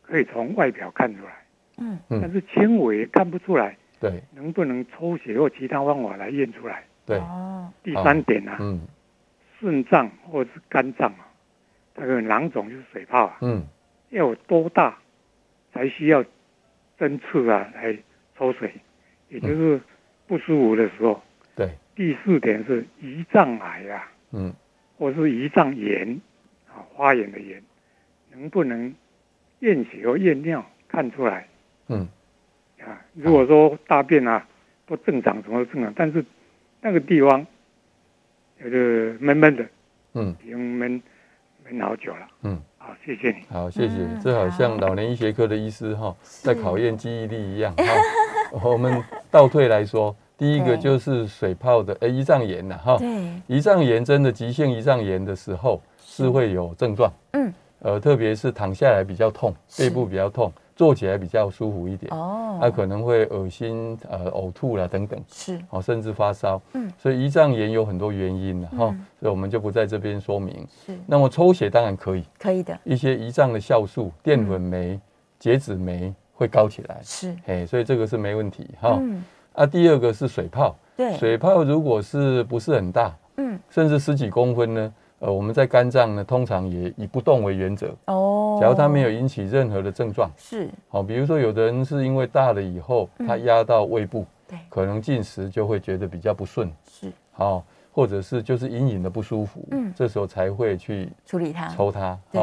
可以从外表看出来，
嗯，
嗯
但是轻微看不出来，
对
能不能抽血或其他方法来验出来？
对，
哦，
第
好
三点啊，
嗯
肾脏或者是肝脏啊，那个囊肿就是水泡啊，
嗯，
要有多大才需要针刺啊来抽水，也就是不舒服的时候。
对，
第四点是胰脏癌啊，
嗯
或是胰脏炎啊，花炎的炎，能不能验血或验尿看出来
嗯，
啊？如果说大便啊都正常，什么都正常，但是那个地方就是闷闷的，
嗯
已经闷闷好久了。
嗯。
好，谢谢你。
好，谢谢。
嗯
这好像老年医学科的医师哈，在考验记忆力一样哈。 我们倒退来说，第一个
对
就是水泡的，呃，胰脏炎呐哈。
对，
胰脏炎真的急性胰脏炎的时候是会有症状，
嗯，
呃，特别是躺下来比较痛，
是
背部比较痛，坐起来比较舒服一点，
哦，
那可能会恶心、呃呕吐啦等等。
是，
哦，甚至发烧，
嗯
所以胰脏炎有很多原因啊了哈、
嗯
所以我们就不在这边说明。
是
那么抽血当然可以，
可以的，
一些胰脏的酵
嗯
素、淀粉酶、结脂酶会高起来，
是，
哎，所以这个是没问题哈、
嗯，
啊，第二个是水泡，
对，
水泡如果是不是很大，
嗯，
甚至十几公分呢，呃，我们在肝脏呢，通常也以不动为原则，
哦，
假如它没有引起任何的症状，
是，
好、比如说有的人是因为大了以后，
嗯
它压到胃部，
对，
可能进食就会觉得比较不顺，
是
好、或者是就是隐隐的不舒服，
嗯
这时候才会去
处理它，
抽它，
对，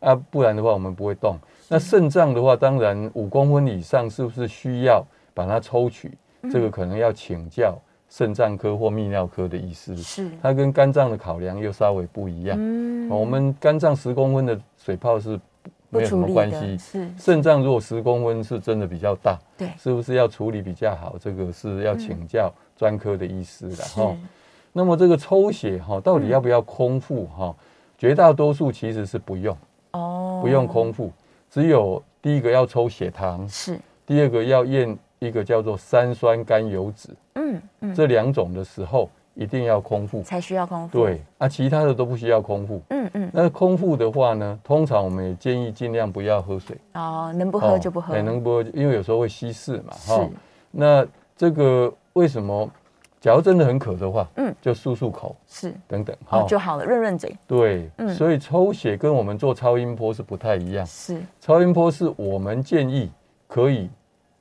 啊，不然的话我们不会动。那肾脏的话，当然五公分以上是不是需要把它抽取？
嗯
这个可能要请教肾脏科或泌尿科的医师，
是，
它跟肝脏的考量又稍微不一样。
嗯
哦我们肝脏十公分的水泡是
不
没有什
处
么
理
关
的，
系，
是，
肾脏如果十公分是真的比较大，
对，
是不是要处理比较好？这个是要请教专科的医师的
嗯是嗯
哈。，那么这个抽血哈，到底要不要空腹哈？绝大多数其实是不用。
哦，
不用，空腹，只有第一个要抽血糖，
是，
第二个要验一个叫做三酸甘油脂
嗯嗯，
这两种的时候，一定要空腹。
才需要空腹。，
对啊，其他的都不需要空腹。
嗯嗯，
那空腹的话呢，通常我们也建议尽量不要喝水，
哦，能不
不
喝就不喝，
哎能不喝就，因为有时候会稀释嘛，哦
是
那这个为什么？假如真的很渴的话，
嗯
就漱漱口
是
等等，
哦就好了，润润嘴，
对，
嗯
所以抽血跟我们做超音波是不太一样。
是，
超音波是我们建议可以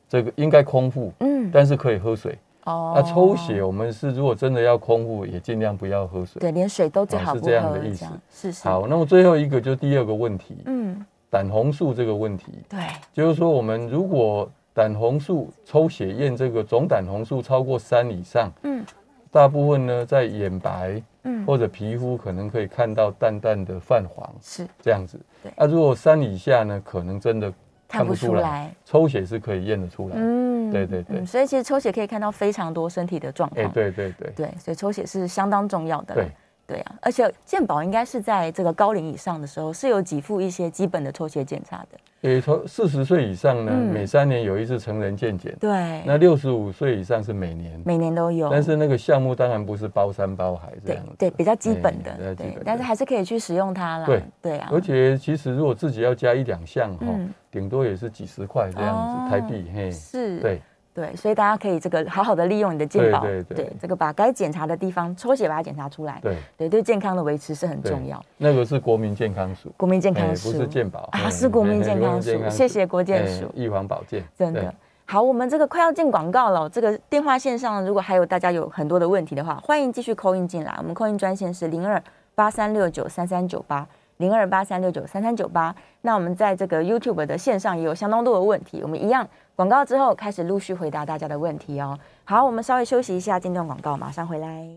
这个应该空腹，
嗯，
但是可以喝水。
哦
那、抽血我们是如果真的要空腹，也尽量不要喝水。
对，连水都最
哦
好
是
不
这样
喝，
的意思
样是是，
好，那么最后一个就是第二个问题，
嗯，
胆红素这个问题，
对，
就是说我们如果胆红素抽血验这个总胆红素超过三以上，
嗯
大部分呢在眼白
嗯，
或者皮肤可能可以看到淡淡的泛黄
是
这样子
对。
那、如果三以下呢，可能真的
看
看
不
不
出
出
来
来，抽血是可以验得出来。
嗯
对对对
嗯所以其实抽血可以看到非常多身体的状
哎、
况，
对对对
对，所以抽血是相当重要的啦，
对，
对啊，而且健保应该是在这个高龄以上的时候是有给付一些基本的抽血检查的，
也从四十岁以上呢，
嗯
每三年有一次成人健检，
对，
那六十五岁以上是每年。
每年都有，
但是那个项目当然不是包山包海这
对
样子，
对比较基
哎
本的
比较，基
对
本，
但是
的
还是可以去使用它啦，
对
对啊，
而且其实如果自己要加一两项哈
嗯，
顶多也是几十块这样
哦
子台币，嘿，
是，
对
对，所以大家可以这个好好的利用你的健
对
保，
对对
这个把该检查的地方抽血把它检查出来，
对
对对健康的维持是很
对
重要。
那个是国民健康署，
国民健
哎
康
不
署
是健保
啊，
哎
是国民
哎
健
国
康署，谢谢国健
哎
署，
预防保健，
真
对
的。好，我们这个快要进广告了。这个电话线上，如果还有大家有很多的问题的话，欢迎继续扣印进来。我们扣印专线是零二八三六九三三九八零二八三六九三三九八。那我们在这个 YouTube 的线上也有相当多的问题，我们一样广告之后开始陆续回答大家的问题哦。好，我们稍微休息一下，间段广告，马上回来。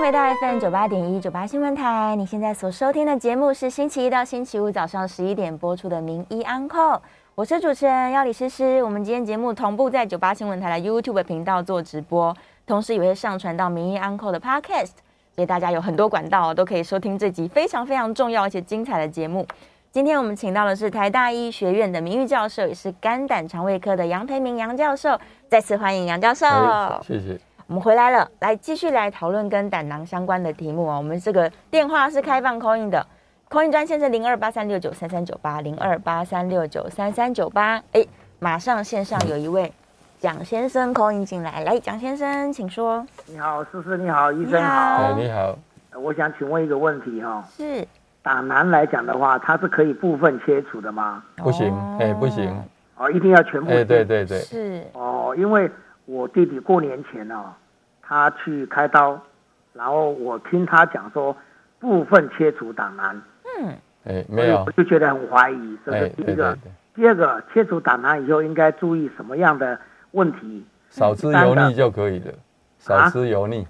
回到 FM 九八点一九八新闻台，你现在所收听的节目是星期一到星期五早上十一点播出的《名医安扣》，我是主持人要李诗诗。我们今天节目同步在九八新闻台的 YouTube 频道做直播，同时也会上传到《名医安扣》的 Podcast，所以大家有很多管道哦都可以收听这集非常非常重要而且精彩的节目。今天我们请到的是台大医学院的名誉教授，也是肝胆肠胃科的杨培明杨教授，再次欢迎杨教授。
哎谢谢。
我们回来了，来继续来讨论跟胆囊相关的题目啊。我们这个电话是开放 call in 的，call in 专线是零二八三六九三三九八零二八三六九三三九八。哎，马上线上有一位蒋先生 call in 进来，来，蒋先生，请说。
你好，思思，你好，医
你
生
好
好。
哎，你好，
我想请问一个问题哈、哦，
是
打囊来讲的话，它是可以部分切除的吗？
不行
哦，
哎，不行，
哦，一定要全部切？
哎，对对对，
是
哦，因为我弟弟过年前哦，他去开刀，然后我听他讲说部分切除胆囊，
哎，没有
我，就觉得很怀疑，这
哎，对
是第一
对
个。
对，
第二个，切除胆囊以后应该注意什么样的问题？
少吃油腻就可以了，少吃油腻，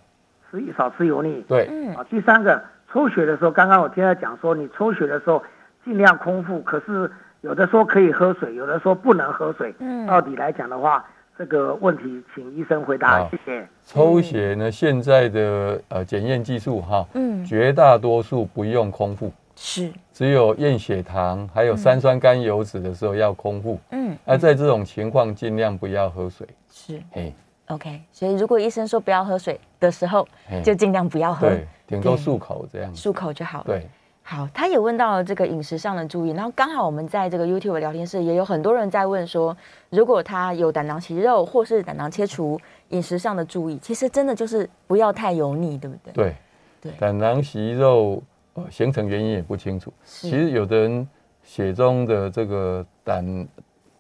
吃少吃油腻，
对，
嗯
啊，第三个，抽血的时候，刚刚我听他讲说，你抽血的时候尽量空腹，可是有的说可以喝水，有的说不能喝水。
嗯
到底来讲的话，这个问题请医生回答
好，
谢谢。
抽血呢，现在的呃检验技术哈，
嗯
绝大多数不用空腹，
是
只有验血糖还有三酸甘油脂的时候要空腹。
嗯
那、在这种情况，尽量不要喝水。
是
嘿，
OK。所以如果医生说不要喝水的时候，
嘿
就尽量不要喝，
嗯对，顶多漱口这样。
漱口就好了。
对，
好，他也问到了这个饮食上的注意，然后刚好我们在这个 YouTube 聊天室也有很多人在问说，如果他有胆囊息肉或是胆囊切除，饮食上的注意，其实真的就是不要太油腻，对不对？
对，
对
胆囊息肉呃形成原因也不清楚。其实有的人血中的这个胆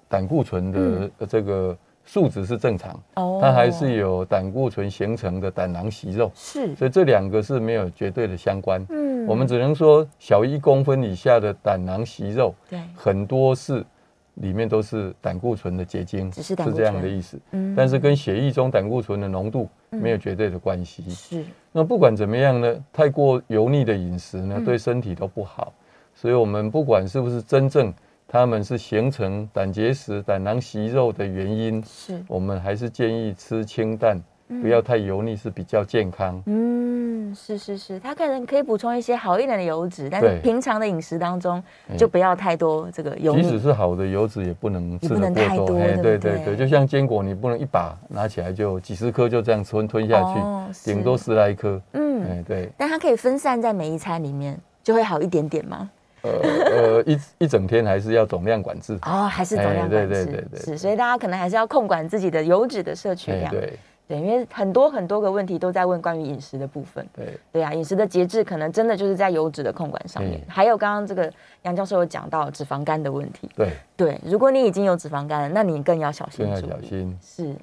胆固醇的呃这个数值是正常，
嗯哦
它还是有胆固醇形成的胆囊息肉，
是，
所以这两个是没有绝对的相关。
嗯
我们只能说小于一公分以下的胆囊息肉，
对
很多是里面都是胆固醇的结晶，
只是胆固
这
醇
样的意思。
嗯
但是跟血液中胆固醇的浓度没有绝对的关系。
是
那不管怎么样呢，太过油腻的饮食
嗯
呢，对身体都不好。所以，我们不管是不是真正他们是形成胆结石、胆囊息肉的原因，
是，
我们还是建议吃清淡，不要太油腻是比较健康。
嗯，嗯，是是是，他可能可以补充一些好一点的油脂，但是
对嗯
平常的饮食当中就不要太多这个油
即使
腻。
是好的油脂，也不能吃
也不
的
能太
过
多
多。嘿
对
对
不对
对对，就像坚果，你不能一把拿起来就几十颗就这样吞吞下
哦
去，
是
顶多十来颗。
嗯，
哎，对，
但它可以分散在每一餐里面，就会好一点点吗？
呃呃，一一整天还是要总量管制。
哦，还是总量
哎
管
对
制，
对对对
是，所以大家可能还是要控管自己的油脂的摄取
哎，
量，
对
对，因为很多很多个问题都在问关于饮食的部分。
对
对啊，饮食的节制可能真的就是在油脂的控管上面，
嗯
还有刚刚这个杨教授有讲到脂肪肝的问题。
对，
对，如果你已经有脂肪肝了，那你更要小心
更要
注
小
意。
心。
是，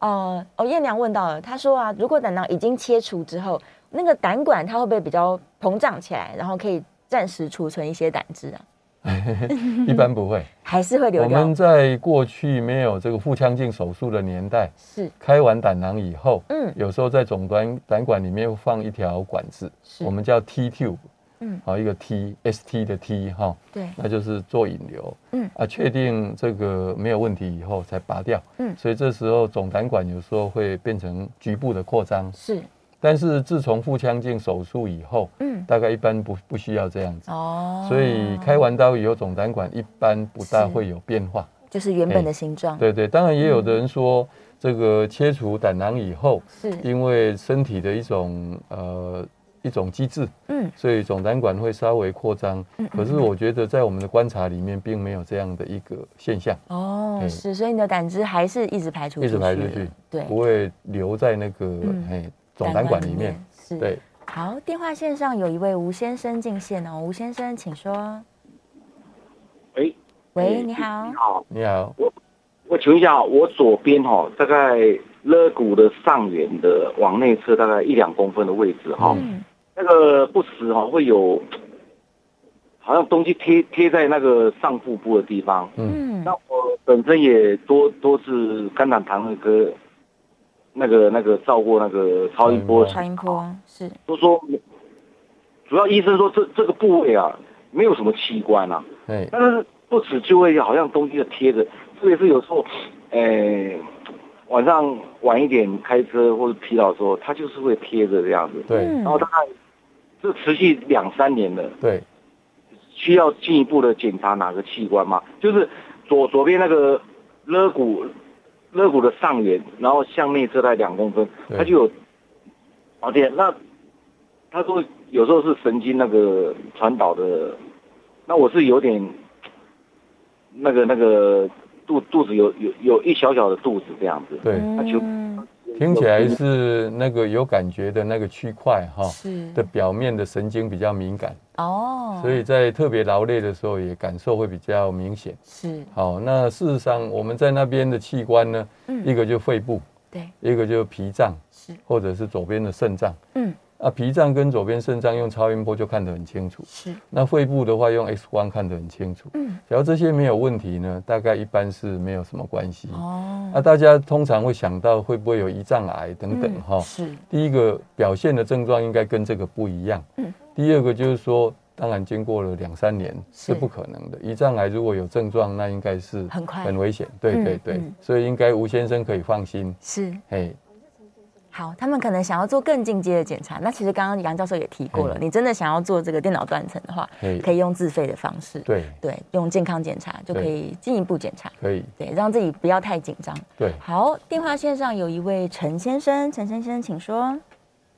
呃，哦，艳娘问到了，她说啊，如果胆囊已经切除之后，那个胆管它会不会比较膨胀起来，然后可以暂时储存一些胆汁啊？
一般 不会。
还是会流
我
掉
们？在过去没有这个腹腔镜手术的年代，
是，
开完胆囊以后，
嗯，
有时候在总管胆管里面会放一条管子，
是
我们叫 T tube，
嗯
好一个 T S T 的 T 哈，
对，
那就是做引流，
嗯
啊，确定这个没有问题以后才拔掉，
嗯
所以这时候总胆管有时候会变成局部的扩张，
是，
但是自从腹腔镜手术以后，
嗯，
大概一般不不需要这样子，
哦，
所以开完刀以后总胆管一般不大
是
会有变化。
就是原本的形状，，
对对，当然也有的人说，这个切除胆囊以后，
是，
因为身体的一种呃一种机制，
嗯，
所以总胆管会稍微扩张。可是我觉得在我们的观察里面，并没有这样的一个现象，
哦，
哎
是，所以你的胆汁还是一直排除，
一直排出去，
对，
不会留在那个
嗯
嘿总胆管里面。
是，
对，
好，电话线上有一位吴先生进线哦，吴先生，请说。
喂，
喂，
哎
你好
你，好，
你好，
我请问一下，我左边哈、哦，大概肋骨的上缘的往内侧大概一两公分的位置哈、哦，
嗯，
那个不时哈、哦、会有，好像东西贴贴在那个上腹部的地方。
嗯
那，我本身也多多次肝胆糖那个那个那个照过那个超音波，
超音波是，
都说主要医生说这这个部位啊没有什么器官啊，
哎，
嗯
但是不止就会好像东西的贴着，特别是有时候，呃，晚上晚一点开车或者疲劳的时候，它就是会贴着这样子。
对
嗯
然后大概这持续两三年了，
对，
需要进一步的检查哪个器官吗？就是左左边那个肋骨，肋骨的上缘，然后向内侧在两公分，
对
它就有，而且那他说有时候是神经那个传导的，那我是有点那个那个肚肚子有有有一小小的肚子这样子，
对，
那就
嗯，
听起来是那个有感觉的那个区块哈
是
的表面的神经比较敏感，
哦，
所以在特别劳累的时候，也感受会比较明显。
是，
好，那事实上我们在那边的器官呢，
嗯
一个就肺部，
对，
一个就脾脏，
是，
或者是左边的肾脏。
嗯，
啊，脾脏跟左边肾脏用超音波就看得很清楚。
是，
那肺部的话，用 X 光看得很清楚。
嗯，
只要这些没有问题呢，大概一般是没有什么关系。
哦，
啊，大家通常会想到会不会有胰脏癌等等
嗯
哈、
是，
第一个表现的症状应该跟这个不一样。
嗯
第二个就是说，当然经过了两三年
是
是不可能的。胰脏癌如果有症状，那应该是
很快
很危险。对
嗯
对对，
嗯
所以应该吴先生可以放心。
是，
嘿，
好，他们可能想要做更进阶的检查。那其实刚刚杨教授也提过了，
嗯
你真的想要做这个电脑断层的话，
可以
可以用自费的方式，
对，
对，用健康检查就可
对
以进一步检查，
可以，
对，让自己不要太紧张。
对，
好，电话线上有一位陈先生，陈先生，请说。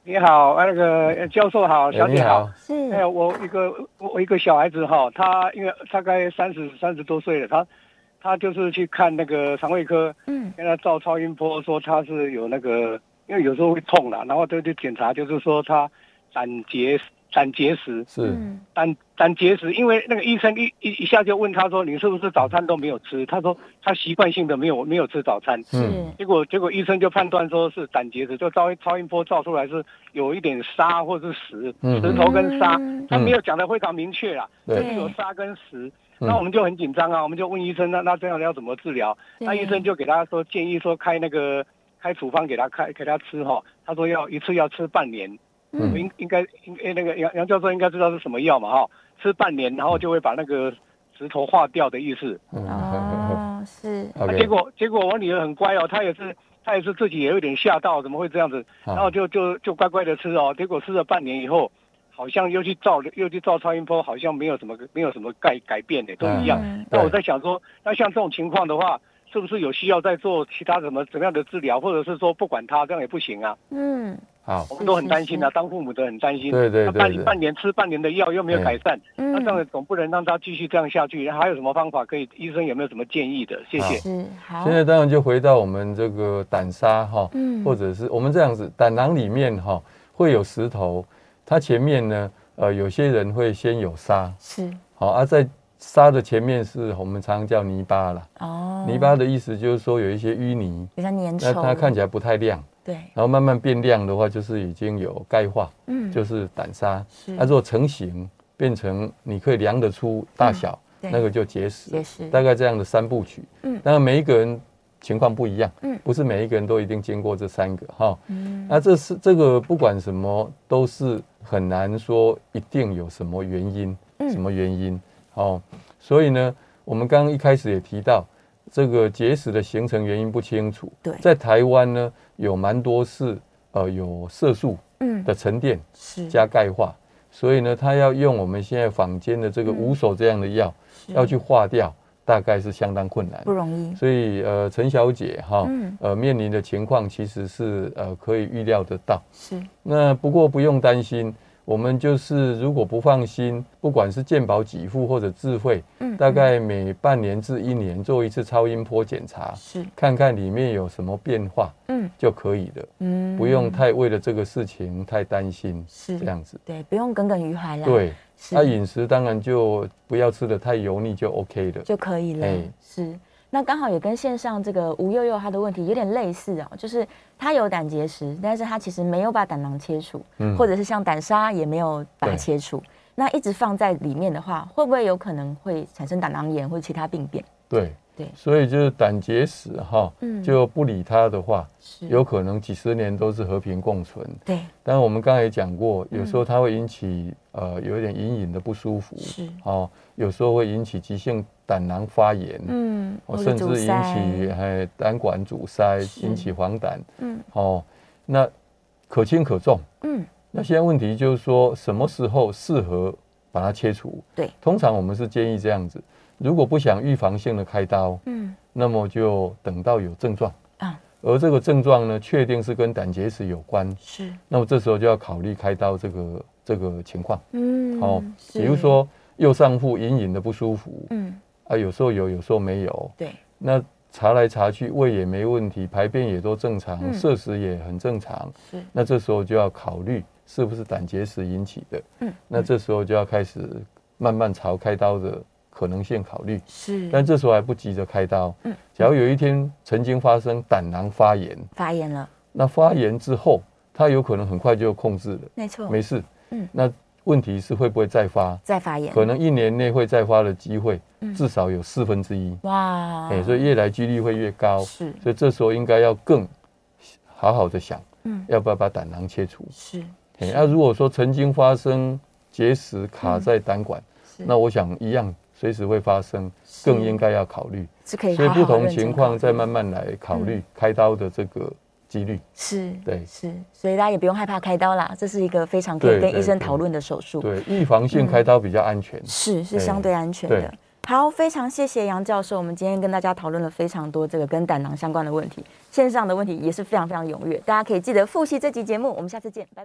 你好，呃那个教授好，
哎
小姐好。，哎、
是，
我一个我我一个小孩子哈，他因为大概三十三十多岁了，他他就是去看那个肠胃科，
嗯，
跟他照超音波说他是有那个，因为有时候会痛啦，然后就去检查，就是说他胆结胆结石，
是，
嗯，
胆胆结石，因为那个医生一一一下就问他说你是不是早餐都没有吃？他说他习惯性的没有没有吃早餐，
嗯
是，
结果结果医生就判断说是胆结石，就超音超音波照出来是有一点沙或是石，
嗯
石头跟沙
嗯，
他没有讲的非常明确啦，
对
就是有沙跟石。
嗯
那我们就很紧张啊，我们就问医生，那那这样要怎么治疗？
对
那医生就给他说建议说开那个开处方给他开给他吃哈、他说要一次要吃半年，
嗯
我应应该应该那个杨杨教授应该知道是什么药嘛哈、吃半年然后就会把那个石头化掉的意思。
嗯
哦，是，
啊
OK
结果结果我女儿很乖哦，她也是他也是自己也有点吓到，怎么会这样子？
啊
然后就就就乖乖的吃哦，结果吃了半年以后，好像又去照又去照超音波，好像没有什么没有什么改改变的，都一样。
嗯
那我
对
在想说，那像这种情况的话，是不是有需要再做其他什么怎么样的治疗，或者是说不管他这样也不行啊？
嗯，
好，
我们都很担心啊，当父母的很担心。
对对
那
对
半
对哎
半年吃半年的药又没有改善，
嗯
那这样总不能让他继续这样下去。还有什么方法可以？医生有没有什么建议的？谢谢。
是好
现，在当然就回到我们这个胆砂哈，
嗯
或者是我们这样子，胆囊里面哈会有石头，它前面呢，呃，有些人会先有沙，
是
好啊，在沙的前面是我们常叫泥巴啦，
哦，
泥巴的意思就是说有一些淤泥，
比较粘
那
稠，
它看起来不太亮，
对，
然后慢慢变亮的话，就是已经有钙化，
嗯
就是胆砂。
是
它如果成型变成你可以量得出大小，
嗯对
那个就结石。
结石
大概这样的三部曲。
嗯
当然每一个人情况不一样，
嗯
不是每一个人都一定经过这三个哈。那这是这个不管什么都是很难说一定有什么原因，
嗯
什么原因哦。所以呢，我们刚刚一开始也提到。这个结石的形成原因不清楚，
对
在台湾呢有蛮多是呃有色素
嗯
的沉淀，
是
加钙化，所以呢，它要用我们现在坊间的
嗯
这个五手这样的药，要去化掉，大概是相当困难
不。容易，
所以呃，陈小姐哈，
嗯
呃，面临的情况其实是呃可以预料得到。
是
那不过不用担心，我们就是如果不放心，不管是健保给付或者自费，
嗯
大概每半年至一年做一次超音波检查，
嗯是，
看看里面有什么变化
嗯
就可以了，
嗯，
不用太为了这个事情太担心。
是
这样子。
对，不用耿耿于怀啦，，
对，
是啊
那饮食当然就不要吃的太油腻就 OK 了。
就可以了。
哎
是，那刚好也跟线上这个吴悠悠她的问题有点类似哦，就是她有胆结石，但是她其实没有把胆囊切除，
嗯
或者是像胆砂也没有把它
对
切除。那一直放在里面的话，会不会有可能会产生胆囊炎或者其他病变？
对
对
所以就是胆结石哈，
嗯
就不理它的话，
是
有可能几十年都是和平共存。
对，
但我们刚才也讲过，有时候它会引起呃有一点隐隐的不舒服，
嗯是
哦，有时候会引起急性胆囊发炎，
嗯，或
哦，
者
甚至
阻
引
塞
起哎胆管阻塞，
是
引起黄疸，
嗯
哦，那可轻可重。
嗯
那现在问题就是说，什么时候适合把它切除？
对
通常我们是建议这样子：如果不想预防性的开刀，
嗯
那么就等到有症状，
啊
而这个症状呢，确定是跟胆结石有关，
是
那么这时候就要考虑开刀这个这个情况。
嗯
哦，
是
比如说右上腹隐隐的不舒服，
嗯
啊，有时候有，有时候没有，
对
那查来查去，胃也没问题，排便也都正常，
嗯
摄食也很正常。
是
那这时候就要考虑是不是胆结石引起的。
嗯
那这时候就要开始慢慢朝开刀的可能性考虑，
是
但这时候还不急着开刀。
嗯
假如有一天曾经发生胆囊发炎，
发炎了，
那发炎之后，它有可能很快就控制了，
没错，
没事。
嗯
那问题是会不会再发？
再发炎，
可能一年内会再发的机会
嗯
至少有四分之一。
哇，
哎、所以越来几率会越高，
是
所以这时候应该要更好好的想，
嗯
要不要把胆囊切除？
是嗯
哎、那、如果说曾经发生结石卡在胆管，
是
那我想一样随时会发生，
是
更应该要考虑。
是可以
所以
好好
不同
认真
情
考
况
虑嗯
再慢慢来考虑开刀的这个几率。
是，
对
是，所以大家也不用害怕开刀啦，这是一个非常可以
对
跟
对
医生
对
讨论的手术，
对，预防
嗯
性开刀比较安全。
是是
对
相对安全
对
的。好，非常谢谢杨教授，我们今天跟大家讨论了非常多这个跟胆囊相关的问题，线上的问题也是非常非常踊跃，大家可以记得复习这集节目，我们下次见，拜拜。